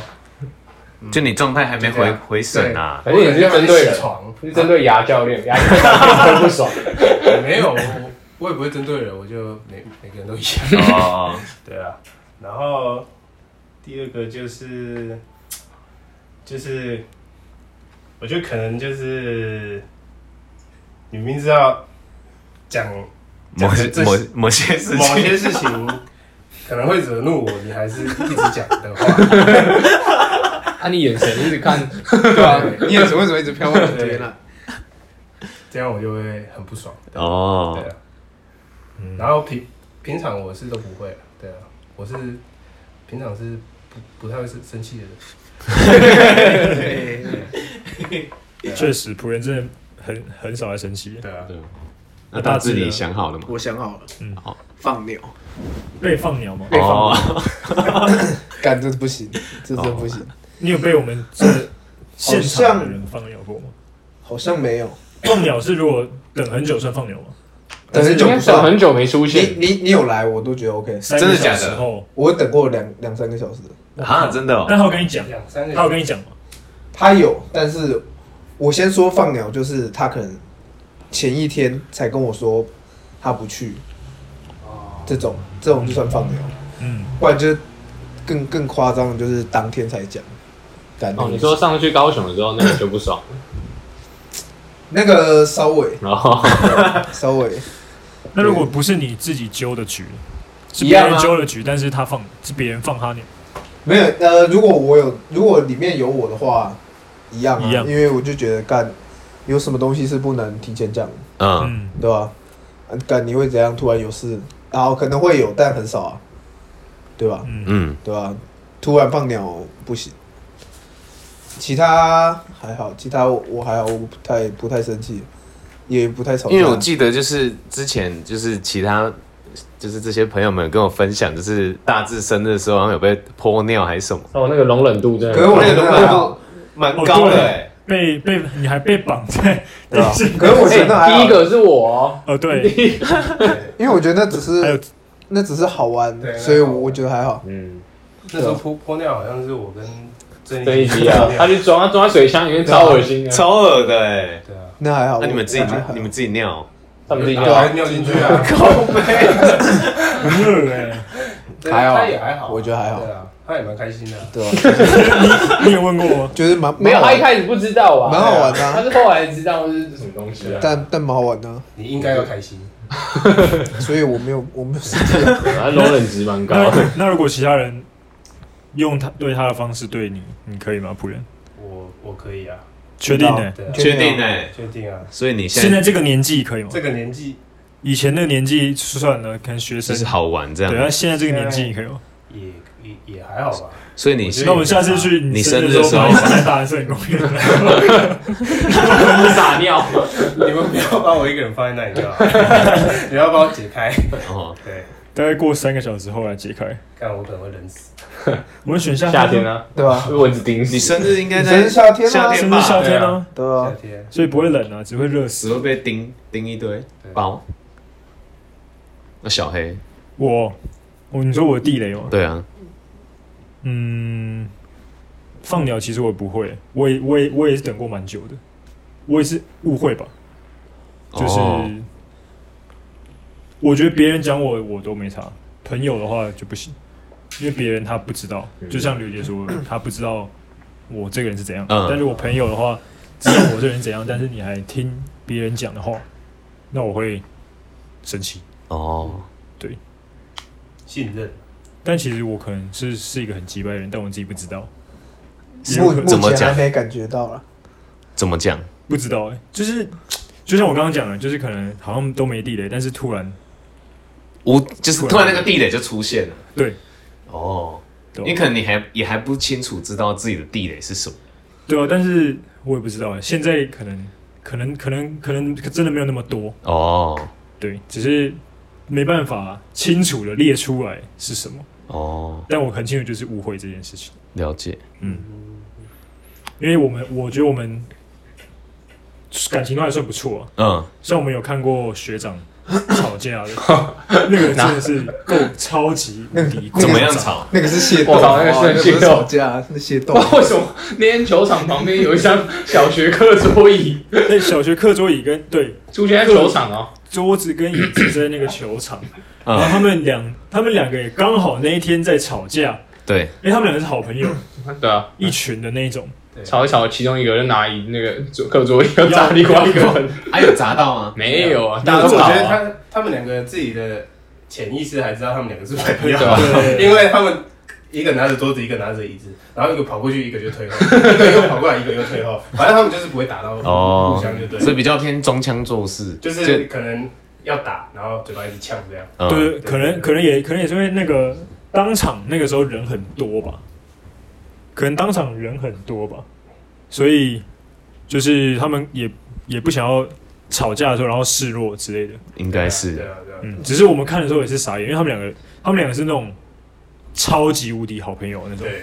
A: 嗯就你状态还没
E: 就这
A: 回
E: 样
A: 回神啊，
D: 而且你是针对人
E: 起，床，
D: 你是针对牙教 <laughs> 练，牙教练很不爽。
E: 没有我我也不会针对人，我就每每个人都一样。
A: 哦，
E: 对啊，然后第二个就是就是，我觉得可能就是你明知道讲
A: 某
E: 讲
A: 些
E: 这
A: 某某些事
E: 某
A: 情，
E: 些事情可能会惹怒我，你还是一直讲的
B: <laughs>
E: 话，
D: <laughs> 啊，你眼神一直 <laughs> 看，
C: 对啊，你眼神为什么一直飘到我这 <laughs> 边来？啊
E: 这样我就会很不爽。对
A: 哦，
E: 啊，
B: 嗯
E: 然后平平常我是都不会，对啊，我是平常是不不太会生生气的人。
B: 确实，仆人真的很很少在生气。
E: 对啊，
A: 那大致你想好了吗？
C: 我想好了，
B: 嗯
A: 好，
C: 放鸟，
B: 被放鸟吗？
C: 哎
A: 哦，
C: 干这不行，这真不行，
B: 你有被我们这现场的人放鸟过
C: <laughs>
B: 吗？
C: 好像没有，
B: 放鸟是如果等很久算放鸟吗？
C: 等很
D: 应
C: 久
D: 该
C: 不
D: 等
C: 算。
D: 很久没出
C: 你
D: 现。
C: 你你有来，我都觉得 OK，
B: 三
A: 真
B: 个
A: 的假
B: 小
A: 的
B: 时后，
C: 我等过两两三个小时的，
A: 啊，真的哦，
B: 但他有跟你讲，
E: 两三个
B: 他有跟你讲吗？
C: 他有，但是我先说放鸟，就是他可能前一天才跟我说他不去，这种这种就算放鸟，
B: 嗯，
C: 不然就是更更夸张，的就是当天才讲。干那
D: 哦，
C: 个
D: 你说上次去高雄的时候，那你就不爽，
C: 那个稍微
D: 然后
C: 稍微
B: 那如果不是你自己揪的局，是
C: 一
B: 别
C: 样啊
B: 人揪的局，但是他放是别人放他鸟，
C: 没有，呃，如果我有，如果里面有我的话，一样、啊，
B: 一样
C: 因为我就觉得干，有什么东西是不能提前讲的，
A: 嗯，
B: 嗯，
C: 对吧、啊？干你会怎样？突然有事，然后可能会有，但很少啊，对吧？
A: 嗯，
C: 对吧、突然放鸟不行，其他还好，其他我我还好，我不太不太生气，也不太吵架，
A: 因为我记得就是之前就是其他。就是这些朋友们有跟我分享，就是大致生日的时候，好像有被泼尿还是什么，
D: <laughs> 哦，那个容忍度真的
C: 可是我觉得还好，
A: 蛮
B: 哦
A: 高的、
B: 对
A: 欸。
B: 被被你还被绑在
C: 对吧、啊
B: <laughs> 电视，
C: 可是我觉得还
D: 哎
C: 好，
D: 第一个是我哦，
B: 哦对，
C: 因为我觉得那只
B: 还有
C: 是那只是好玩
E: 对，
C: 所以
E: 那好
C: 我
E: 玩
C: 我觉得还好。
D: 嗯，
E: 那时候泼泼尿好像是我跟郑
D: 这一集啊，他就装他装在水箱里面，超恶心的，
A: 超恶的哎、欸！
E: 对啊，
C: 那还好。
A: 那、你们
C: 我
A: 自己
C: 还好
A: 你们自己尿，
D: 他们自己
E: 对
D: 尿
E: 啊，尿进去 <laughs> 啊，
B: 很热哎，
E: 对
C: 还好
E: 他也还好啊，
C: 我觉得还好
E: 对啊，他也蛮开心的啊。
C: 对吧？ <laughs>
B: 你有问过吗？
C: 就是蛮
D: 没有，
C: 蛮好
D: 他一
C: 玩，
D: 开始不知道吧？
C: 蛮好玩的啊
D: 他是后来知道是什么东西啊。
C: 但但蛮好玩的，
E: 你应该要开心，
C: 所以我没有我没有生气啊。
D: 他容忍值蛮高的，
B: 那那如果其他人用他对他的方式对你，你可以吗？仆人，
E: 我我可以啊，
B: 确定呢？
E: 对啊，
A: 确定
C: 的。
A: 哎、
E: 确定啊，
A: 所以你现
B: 现
A: 在
B: 在这个年纪可以吗？
E: 这个年纪
B: 以前那个年纪算了，可能学
A: 就
B: 生
A: 是好玩这
B: 对，那啊
A: 样，
B: 现在这个年纪可以吗？
E: <laughs> 也也也还好吧，
A: 所以你
B: 那我们下次去
A: 你
B: 生
A: 生
B: 日
A: 日的时
B: 时
A: 候
B: 候，，在大安森林公园，
D: 撒尿，
E: 你们不要把我一个人放在那里就好， <laughs> 你要帮我解开。
A: 哦，
E: 对，
B: 大概过三个小时后来解开。
E: 看我可能会冷死。
B: 我们选夏
D: <laughs> 夏天，啊呢？
C: 对吧？
D: 被蚊子叮
A: 你
D: 死。
A: 生日应该
C: 你生
A: 在
C: 日夏天啊
A: 夏
B: 是
A: 天
B: 不
A: 吧？
B: 是夏天
E: 对
B: 啊
E: 啊？
C: 对啊
E: 夏，天，
B: 所以不会冷啊，只会热
A: 只
B: 死。
A: 会被叮叮一堆
E: 对
A: 包。那小黑，
B: 我，哦，你说我地雷吗？
A: 对啊，
B: 嗯，放鸟其实我也不会，我也我也我也是等过蛮久的，我也是误会吧，就是、
A: 哦
B: 我觉得别人讲我我都没差，朋友的话就不行，因为别人他不知道，
A: 嗯
B: 就像刘姐说的，他不知道我这个人是怎样，
A: 嗯
B: 但是我朋友的话知道我这个人怎样，但是你还听别人讲的话，那我会生气。
A: 哦，
E: 信任，
B: 但其实我可能是是一个很鸡掰的人，但我自己不知道，也有
C: 目
B: 可能
A: 怎
C: 目
A: 么
C: 前还
A: 讲
C: 没感觉到了，
A: 怎么讲？
B: 不知道哎、就是就像我刚刚讲的，就是可能好像都没地雷，但是突然
A: 无就是突然那个地雷就出现了。
B: 对，
A: 哦，
B: 对
A: 你
B: 吧
A: 可能你还也还不清楚知道自己的地雷是什么。
B: 对啊，但是我也不知道哎、现在可能可能可能可能真的没有那么多，
A: 哦
B: 对，只是没办法清楚的列出来是什么，
A: 哦，
B: 但我很清楚就是误会这件事情，
A: 了解。
B: 因为我们我觉得我们感情都还算不错、啊，
A: 嗯，
B: 像我们有看过
A: <laughs>
B: 学长吵架的，那个真的是够超级无敌夸张，
A: 怎么样吵？
C: 那个是械斗，
D: 我操那个是
C: 哇不
D: 械
C: 是
D: 斗
C: 吵架，那械
D: 不
C: 斗
D: 知。道为什么那天球场旁边有一张小学课桌椅，
B: 那小学课桌椅跟对
D: 出现在球场哦。
B: 桌子跟椅子在那个球场，然后
A: 嗯，
B: 他们两他们两个也刚好那一天在吵架，
A: 对，
B: 因为他们两个是好朋友，
C: 嗯
D: 对啊，
B: 一群的那
C: <laughs>
B: 一种，
D: 吵一吵，其中一个就拿椅那个桌课桌椅要砸另外一个人，
A: 还啊有砸到吗？
D: <laughs> 没有啊，
E: 但
D: 大家
E: 我
D: 都打
E: 觉得
D: 啊。
E: 他他们两个自己的潜意识还知道他们两个是朋 <laughs> 友
D: 对啊，
E: 因为他们一个拿着桌子，一个拿着椅子，然后一个跑过去，一个就退后，一个又跑过来，一个又退后，反正他们就是不会打到
A: 哦
E: 互相就对
A: 所以
E: 了，
A: 比较偏装腔作势，
E: 就是可能要打，然后嘴巴一直呛这样。
A: 嗯
B: 对，可能可能也可能也是因为那个当场那个时候人很多吧，可能当场人很多吧，所以就是他们也也不想要吵架的时候然后示弱之类的，
A: 应该
E: 对
A: 哎是
E: 啊对啊，
B: 嗯，只是我们看的时候也是傻眼，因为他们两个他们两个是那种超级无敌好朋友那
A: 嗯
B: 种。
E: 对，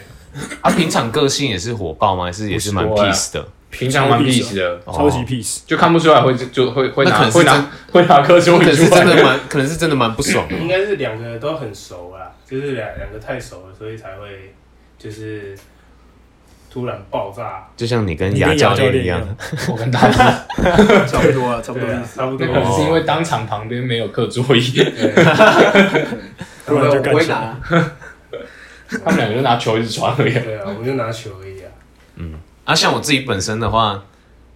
A: 他啊平常个性也是火爆吗？还是也是蛮
D: 不是啊
A: peace 的？
D: 平常玩 peace 的，
A: 哦
B: 超级 peace，、
D: 就看不出来会就会会
A: 那可
D: 拿
A: 能是
D: 会拿会拿课桌
A: 可
D: 椅
A: 能是
D: 出
A: 真
D: 来。
A: 的蛮，可能是真的蛮不爽的。，
E: 应该是两个都很熟啦，就是两两个太熟了，所以才会就是突然爆炸
A: 就像你跟
B: 你
A: 牙
B: 跟牙
A: 教
B: 教
A: 练
B: 练
A: 一
B: 一
A: 样
B: 样，
D: <laughs> 我跟大家
C: 差不多啊，差
E: 对啊，差不
D: <laughs> 那
E: 多
D: 可。能是
A: <laughs>
D: 因为当场旁边没有课桌椅， <laughs>
E: 对
B: 突
D: 啊
B: 然就干
C: 我会
B: 起来。
C: 打，啊
D: 他们两个就拿球一直传而已。
E: 对啊，我就拿球而已啊。
A: 啊，像我自己本身的话，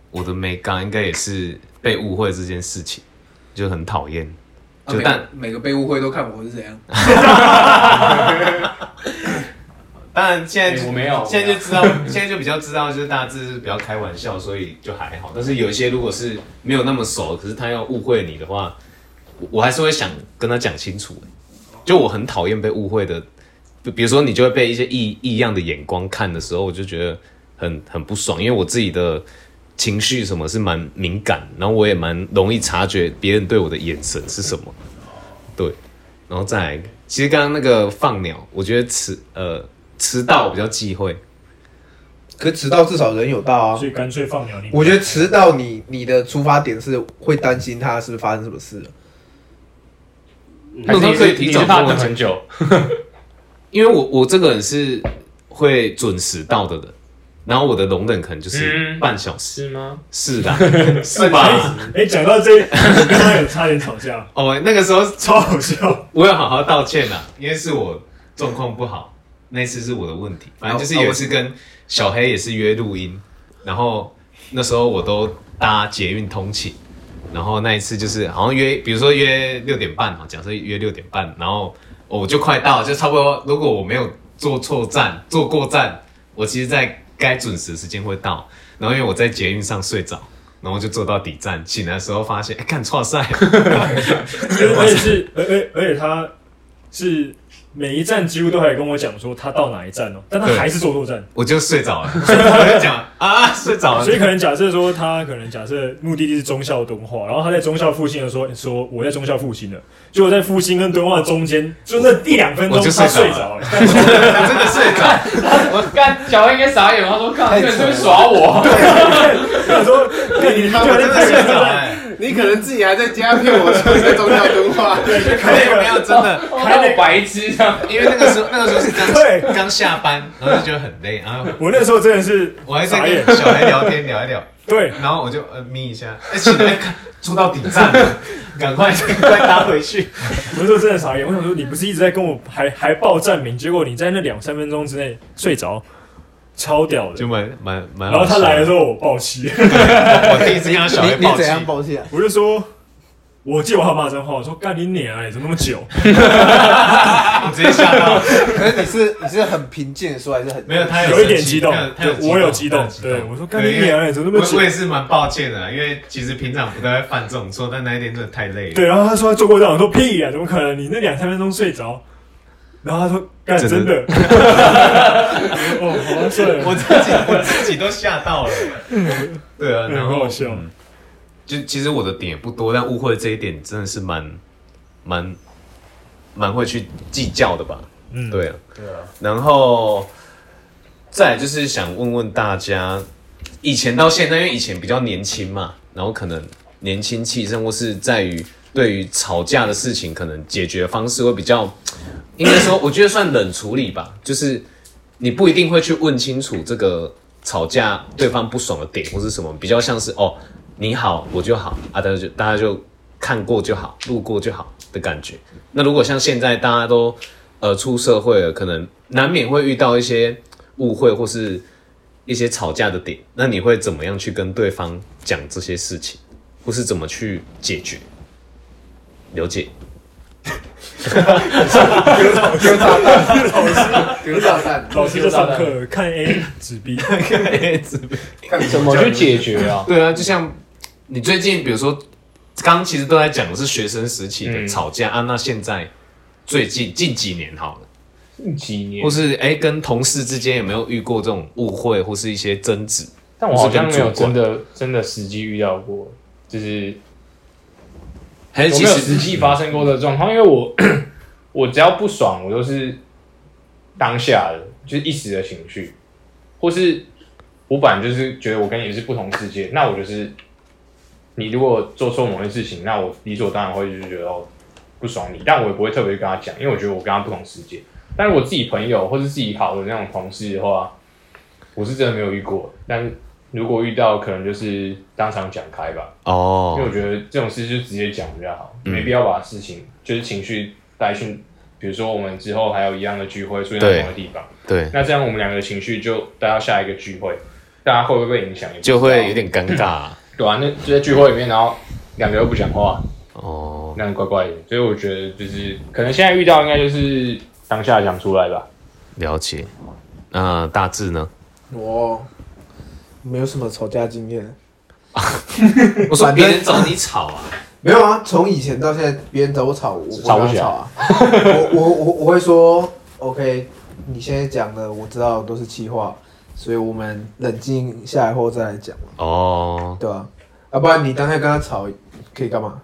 A: 我的美感应该也是被误会这件事情，就很讨厌。
F: 啊
A: 就
F: 每
A: 但
F: 个每个被误会都看我是怎样，
A: 当然现在就、
D: 哎我没有
A: 现在就
D: <laughs>
A: 知道，现在就比较知道，就是大致是比较开玩笑，所以就还好。但是有一些如果是没有那么熟，可是他要误会你的话，我我还是会想跟他讲清楚、就我很讨厌被误会的，就比如说你就会被一些异异样的眼光看的时候，我就觉得很很不爽，因为我自己的情绪什么是蛮敏感，然后我也蛮容易察觉别人对我的眼神是什么。对，然后再来，其实刚刚那个放鸟，我觉得迟呃迟到比较忌讳，
C: 可迟到至少人有到啊
B: 所。以干脆放鸟你。
C: 我觉得迟到你你的出发点是会担心他是不是发生什么事了，
A: 嗯
D: 还是
A: 那
D: 你
A: 他可以
D: 是
A: 提
D: 你
A: 早
D: 是怕
A: 跟我
D: 等
A: 讲
D: 很久？
A: <laughs> 因为我我这个人是会准时到的人，然后我的容忍可能就是
D: 嗯
A: 半小时，
D: 是吗？
A: 是啦， <laughs> 是吧？
B: 哎，讲到
C: <laughs>
B: 这，我跟他有差点吵架，
A: 哦，那个时候
B: 超好笑。
A: 我有好好道歉啊啦， <laughs> 因为是我状况不好，那次是我的问题。反正就是有一次跟小黑也是约录音，然后那时候我都搭捷运通勤，然后那一次就是好像约，比如说约六点半啊，假设约六点半，然后我就快到了，就差不多。如果我没有坐错站、坐过站，我其实在该准时的时间会到。然后因为我在捷运上睡着，然后就坐到底站，
B: <laughs>
A: 醒来的时候发现，哎、看错赛，
B: 而且是，而而而且他是每一站几乎都还跟我讲说他到哪一站哦，但他
A: 对
B: 还是坐错站。
A: 我就睡着了，我就讲啊，睡着了
B: 所。以可能假设说他可能假设目的地是忠孝敦化，然后他在忠孝复兴的时候说我在忠孝复兴的，结果在复兴跟敦化中间就那一两分钟
A: 我就
B: 他
A: 睡
B: 睡
A: 着
B: 着了， <laughs>
A: 真的睡着，
D: 我干，小黑应该傻眼，他说：“看，
C: 太
D: 这个人
C: 扯
D: 是不
C: 了
D: 是耍我
B: 他说对你
A: 我
B: 对
A: 真的哎
B: 太
A: 睡
B: 睡
A: 着
B: 着了，
A: 了。
F: 你可能自己还在家骗我说是中药敦化，
A: 没有没有，真的，
D: 我当我白痴这样。
A: 因为那个时候那个时候是
B: 对
A: 刚刚下班，然后就觉得很累，然后
B: 我那时候真的是
A: 我还在
B: 傻眼
A: 跟，小孩聊天聊一聊，
B: 对，
A: 然后我就呃眯一下，哎，起来看住到底
B: <laughs>
A: 站了，赶快赶快搭回去。
B: 我那时候真的傻眼，我想说你不是一直在跟我还还报站名，结果你在那两三分钟之内睡着，超屌的
A: 就。蛮蛮蛮。
B: 然后他来的时候我爆气。
A: 候，我第一次看到小孩
C: 你
A: 抱
C: 你
A: 起
C: 怎，样抱歉啊？
B: 我就说，我记得我还骂脏话，我说干你娘哎、怎么那么久？
A: 我直接吓到。
C: <laughs> 可是你是你是很平静的说，还是很
A: 没有，他
B: 有一点激动
A: 生气他
B: 对
A: 有他
B: 我有
A: 有
B: 激动
A: 他有
B: 对我说干
A: 对
B: 你
A: 因为
B: 娘欸怎么那么
A: 我
B: 急
A: 我也是蛮抱歉的，因为其实平常不太会犯这种错，但那一天真的太累了。
B: 对，然后他说他做过这样，我说屁啊，怎么可能？你那两三分钟睡着。然后他说：“干真
A: 真
B: 的
A: 的，
B: 哦，好像算了
A: 我，自己我自己都吓到了。对啊，然
B: 嗯很好
A: 后
B: 笑。
A: 就其实我的点也不多，但误会这一点真的是蛮蛮蛮会去计较的吧。
B: 嗯，
A: 对啊，
E: 对啊，
A: 然后再来就是想问问大家，以前到现在，因为以前比较年轻嘛，然后可能年轻气盛，或是在于对于吵架的事情，可能解决方式会比较，应该说，我觉得算冷处理吧，就是你不一定会去问清楚这个吵架对方不爽的点或是什么，比较像是哦，你好我就好啊，大家就大家就看过就好，路过就好的感觉。那如果像现在大家都呃出社会了，可能难免会遇到一些误会或是一些吵架的点，那你会怎么样去跟对方讲这些事情，或是怎么去解决？了解，
F: 丢炸弹，丢炸弹，
B: 老师在上课看 A 指 B，
D: 怎么去解决啊？
A: 对啊，就像你最近，比如说，刚刚其实都在讲的是学生时期的
D: 嗯
A: 吵架、啊，那现在最近近几年好了，
D: 几年
A: 或？是哎、跟同事之间有没有遇过这种误会或是一些争执？
D: 但我好像没有真的真的实际遇到过，就是
A: 还是
D: 我
A: 其
D: 没有
A: 实
D: 实际发生过的状况，因为我我只要不爽，我都是当下的，就是一时的情绪，或是我本来就是觉得我跟你是不同世界，那我就是你如果做错某件事情，那我理所当然会就是觉得哦不爽你，但我也不会特别跟他讲，因为我觉得我跟他不同世界。但是我自己朋友或是自己好的那种同事的话，我是真的没有遇过，但是如果遇到，可能就是当场讲开吧。因为
A: 哦
D: 我觉得这种事就直接讲比较好，
A: 嗯
D: 没必要把事情就是情绪带去，比如说我们之后还有一样的聚会出现
A: 对
D: 在同一个地方，
A: 对，
D: 那这样我们两个的情绪就带到下一个聚会，大家会不会被影响？也不知道
A: 就会有点尴尬、
D: 对啊，那就在聚会里面，然后两个又不讲话，
A: 哦。
D: 那样怪怪的。所以我觉得就是可能现在遇到应该就是当下讲出来吧。
A: 了解。那大致呢？
C: 我没有什么吵架经验，
A: 我说别人找你吵啊，
C: 没有啊，从以前到现在，别人找我吵，我不
D: 吵不
C: 跟他
D: 起来
C: 吵啊。 <laughs> 我我我我会说，OK，你现在讲的我知道都是气话，所以我们冷静下来后再来讲嘛，
A: 哦，
C: 对吧、啊？要不然你当下跟他吵可以干嘛？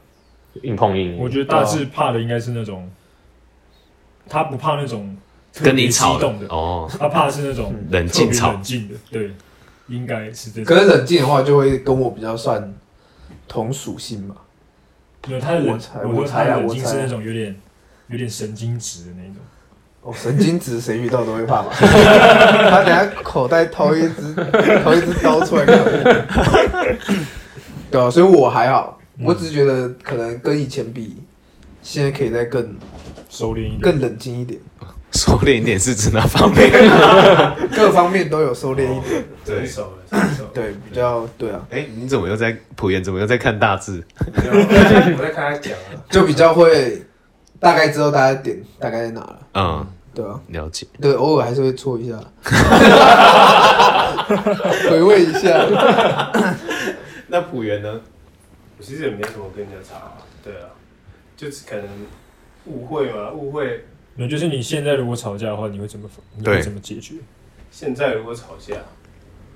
D: 硬碰硬，
B: 我觉得大致怕的应该是那种，他不怕那种特别
A: 跟你吵
B: 激动的，
A: 哦，
B: 他怕的是那种
A: 冷
B: 特
A: 静
B: 别
A: 吵
B: 冷，静的，对，应该是这种。
C: 可是冷静的话，就会跟我比较算同属性嘛。
B: 没有，他的人，
C: 我猜
B: 说
C: 我
B: 他
C: 猜
B: 的
C: 啊
B: 冷静
C: 我猜
B: 是
C: 啊
B: 那种有点有点神经质的那种。
C: 哦，神经质谁遇到都会怕嘛。 <laughs> 他等下口袋掏一只掏一只刀出来看我。 <laughs> 对啊，所以我还好，我只是觉得可能跟以前比，现在可以再更
B: 收敛一点，
C: 更冷静一点，
A: 收敛一点是指哪方
B: <laughs>
A: 面？
C: 各方面都有收敛
E: 哦
C: 一点。
E: 成
A: 对，
E: 熟了，成熟了。
C: 对，比较对啊，
A: 哎，你怎么又在朴妍？怎么又在看大致？
E: 没有我在看他讲啊，
C: 就比较会大概知道大家的点大概在哪了。
A: 嗯，
C: 对啊，
A: 了解。
C: 对，偶尔还是会错一下， <laughs> 回味一下。
A: 那朴妍呢？
E: 我其实也没什么跟人家吵啊，对啊，就是可能误会嘛，误会
B: 没有，就是你现在如果吵架的话，你会怎么你
A: 对
B: 会怎么解决？
E: 现在如果吵架，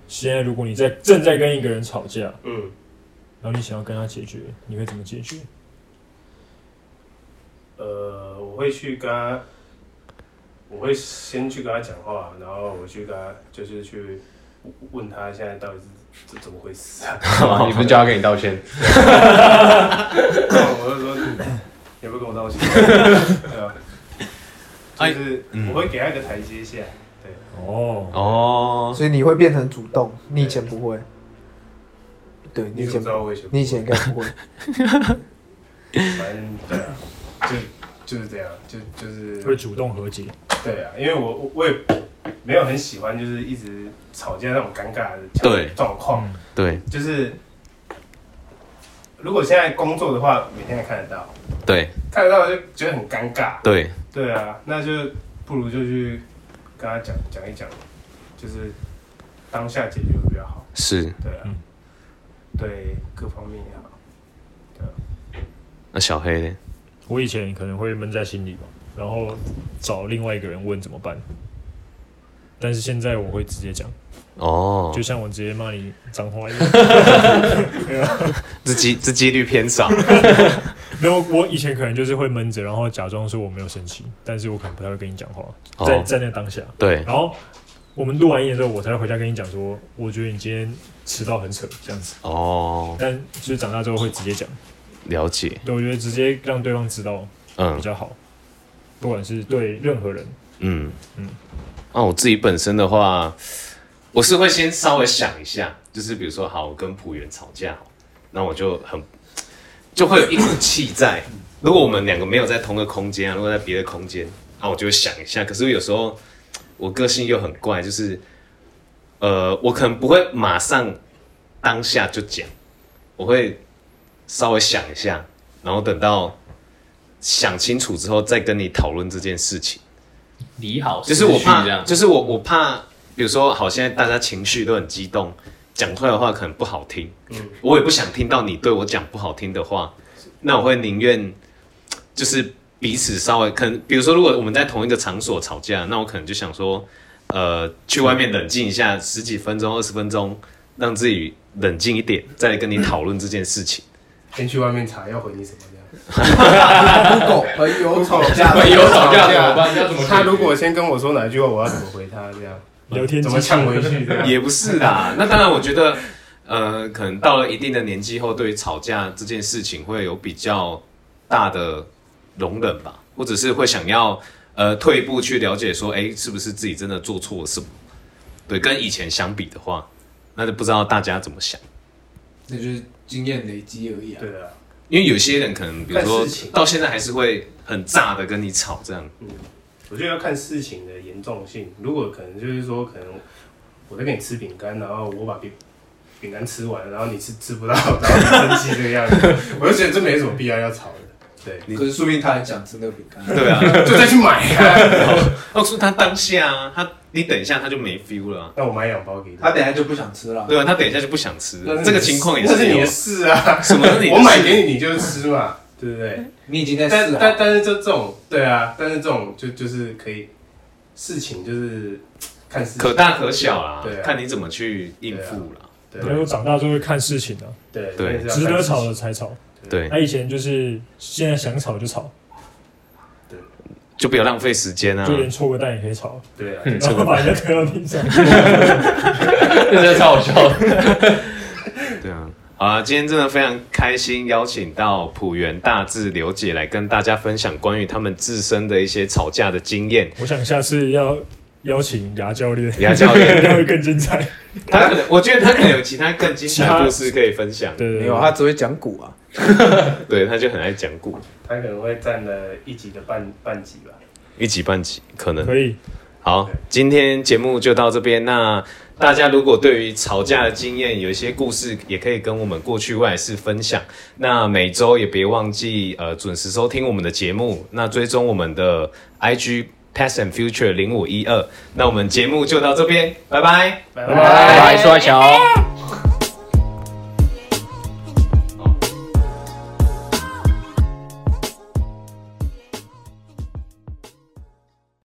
B: 现在如果你在正在跟一个人吵架，
E: 嗯，
B: 然后你想要跟他解决，你会怎么解决？
E: 呃，我会去跟他，我会先去跟他讲话，然后我去跟他就是去问他现在到底是怎怎么回事啊？
D: <laughs> 你不是叫他跟你道歉？
E: 我就说你有没有跟我道歉？对啊，就是我会给他一个台阶下。
B: 哦，
A: 哦，
C: 所以你会变成主动，你以前不会。对，你
E: 你
C: 以
E: 怎
C: 前
E: 么知道我以前不
C: 你以前应该不会。
E: 反正对啊，就就是这样，就就是
B: 会主动和解。
E: 对啊，因为我我我也没有很喜欢，就是一直吵架那种尴尬的
A: 对
E: 状况。
A: 对
E: 就是如果现在工作的话，每天也看得到，
A: 对
E: 看得到就觉得很尴尬。
A: 对，
E: 对啊，那就不如就去跟他讲讲一讲，就是当下解决会比较好。
A: 是。
E: 对啊，
B: 嗯
E: 对各方面也好。
A: 那小黑呢？
B: 我以前可能会闷在心里吧，然后找另外一个人问怎么办。但是现在我会直接讲，
A: 哦
B: 就，像我直接骂你脏话一样。
A: 这几这几率偏少。
B: 没有，我以前可能就是会闷着，然后假装说我没有生气，但是我可能不太会跟你讲话，
A: 哦
B: 在在那个当下。
A: 对，
B: 然后我们录完音的时候，我才会回家跟你讲说，我觉得你今天迟到很扯这样子。
A: 哦，
B: 但就是长大之后会直接讲，
A: 了解。
B: 对，我觉得直接让对方知道比
A: 嗯
B: 较好，不管是对任何人，
A: 嗯嗯
B: 嗯。
A: 那我自己本身的话，我是会先稍微想一下，就是比如说，好，我跟浦原吵架，那我就很就会有一股气在。如果我们两个没有在同个空间啊，如果在别的空间，那我就会想一下。可是有时候我个性又很怪，就是呃，我可能不会马上当下就讲，我会稍微想一下，然后等到想清楚之后再跟你讨论这件事情。
F: 理好
A: 就是我
D: <laughs>
A: 怕，就是我我怕，比如说好，现在大家情绪都很激动，讲出来的话可能不好听，我也不想听到你对我讲不好听的话，那我会宁愿就是彼此稍微可能，比如说如果我们在同一个场所吵架，那我可能就想说，呃，去外面冷静一下，十几分钟、二十分钟，让自己冷静一点，再来跟你讨论这件事情。
E: 先去外面查要回你什么这样。 <laughs>
C: Google 朋友吵架，
D: 朋友吵架怎么办？要怎么解决？
E: 他如果先跟我说哪一句话，我要怎么回他？这样
B: 聊天
E: 怎么
B: 机器
E: 呛回去？这样
A: <laughs> 也不是
E: 啊
A: 啦。那当然，我觉得，呃，可能到了一定的年纪后，对于吵架这件事情会有比较大的容忍吧，或者是会想要呃退一步去了解说，哎、是不是自己真的做错了什么？对，跟以前相比的话，那就不知道大家怎么想。
F: 那就是经验累积而已啊。
E: 对啊，
A: 因为有些人可能，比如说
E: 看事情
A: 到现在还是会很炸的跟你吵这
E: <laughs>
A: 样。
E: 我觉得要看事情的严重性。如果可能就是说，可能我在跟你吃饼干，然后我把饼饼干吃完，然后你吃吃不到，然后你生气这个样子， <laughs> 我就觉得这没什么必要要吵的。对，
F: 可是说不定他很想吃那个饼干。
A: 对啊，哦
E: 就再去买啊。
A: 告诉他当下啊，他你等一下他就没 feel 了啊、
E: 那我买两包给
F: 他
E: 他。
F: 等一下就不想吃了。
A: 对啊，他等一下就不想吃
E: 那是你
A: 了。这
E: 的
A: 个情况也
E: 那
A: 是
E: 是你
A: 有
E: 的事嗯啊，
A: 什么是你的事？
E: <laughs> 我买给你，你就吃嘛，对不对？
F: 你已经在
E: 但
F: 试
E: 但
F: 了。
E: 但是这这种，对啊，但是这种就就是可以，事情就是看事情，
A: 可大可小啦，
E: 对啊
A: 看你怎么去应付啦。
E: 对
B: 因为我长大就会看事情的，
E: 对
A: 对
E: 那是要看
B: 值得
E: 事情
B: 吵的才吵。
A: 对，啊
B: 那以前就是现在想吵就吵，
A: 就不要浪费时间啊
B: 就。连错个蛋也可以吵，
E: 对啊，
B: 然后把人家推到地上。
D: <laughs> 这真的超好笑
A: <laughs>
D: 的。
A: 对啊，好啊，今天真的非常开心，邀请到浦原大志刘姐来跟大家分享关于他们自身的一些吵架的经验。 <laughs>
B: 我想下次要邀请牙教练，
A: 牙教练
B: <laughs> 应该会更精彩。
A: 她可能，我觉得她可能有其他更精彩的故事可以分享。
B: 对，
C: 没有，他只会讲古啊。
A: 对，她就很爱讲故，
E: 他可能会占了一集的半半集吧。
A: 一集半集可能。
B: 可以，
A: 好，今天节目就到这边。那大家如果对于吵架的经验有一些故事，也可以跟我们过去外事分享。那每周也别忘记呃准时收听我们的节目，那追踪我们的 IG Past and Future 零五一二。那我们节目就到这边，拜拜。哦
E: 拜
D: 拜拜，说爱乔。